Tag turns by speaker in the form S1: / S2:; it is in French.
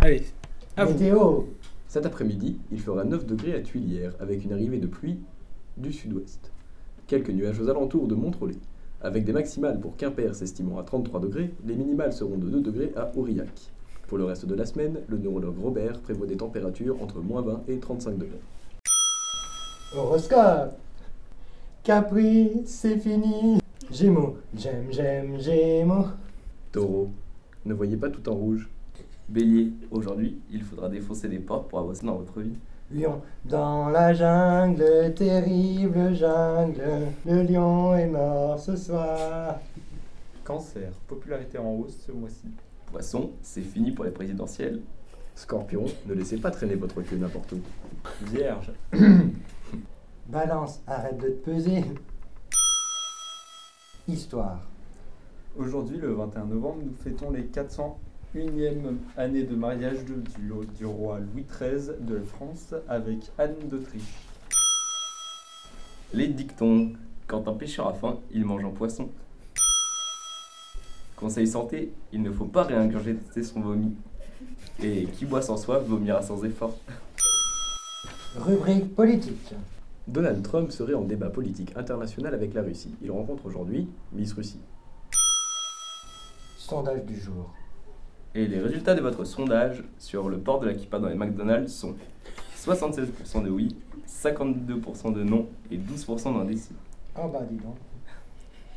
S1: Allez, à vous.
S2: Météo Cet après-midi, il fera 9 degrés à Tuilière avec une arrivée de pluie du sud-ouest. Quelques nuages aux alentours de Montrollet. Avec des maximales pour Quimper s'estimant à 33 degrés, les minimales seront de 2 degrés à Aurillac. Pour le reste de la semaine, le neurologue Robert prévoit des températures entre moins 20 et 35 degrés.
S3: Horoscope. Capri, c'est fini. Gémeaux, j'aime, j'aime, Gémeaux.
S2: Taureau, ne voyez pas tout en rouge.
S4: Bélier, aujourd'hui, il faudra défoncer des portes pour avancer dans votre vie.
S3: Lion, dans la jungle, terrible jungle. Le lion est mort ce soir.
S5: Cancer, popularité en hausse ce mois-ci.
S4: Poisson, c'est fini pour les présidentielles.
S2: Scorpion, ne laissez pas traîner votre queue n'importe où.
S5: Vierge,
S3: Balance, arrête de te peser. Histoire.
S5: aujourd'hui le 21 novembre, nous fêtons les 401e année de mariage de- du, du roi Louis XIII de France avec Anne d'Autriche.
S4: Les dictons, quand un pêcheur a faim, il mange un poisson. Conseil santé, il ne faut pas réingurgiter son vomi. Et qui boit sans soif vomira sans effort.
S3: Rubrique politique.
S2: Donald Trump serait en débat politique international avec la Russie. Il rencontre aujourd'hui Miss Russie.
S3: Sondage du jour.
S4: Et les résultats de votre sondage sur le port de la kippa dans les McDonald's sont 76% de oui, 52% de non et 12% d'indécis.
S3: Ah bah dis donc.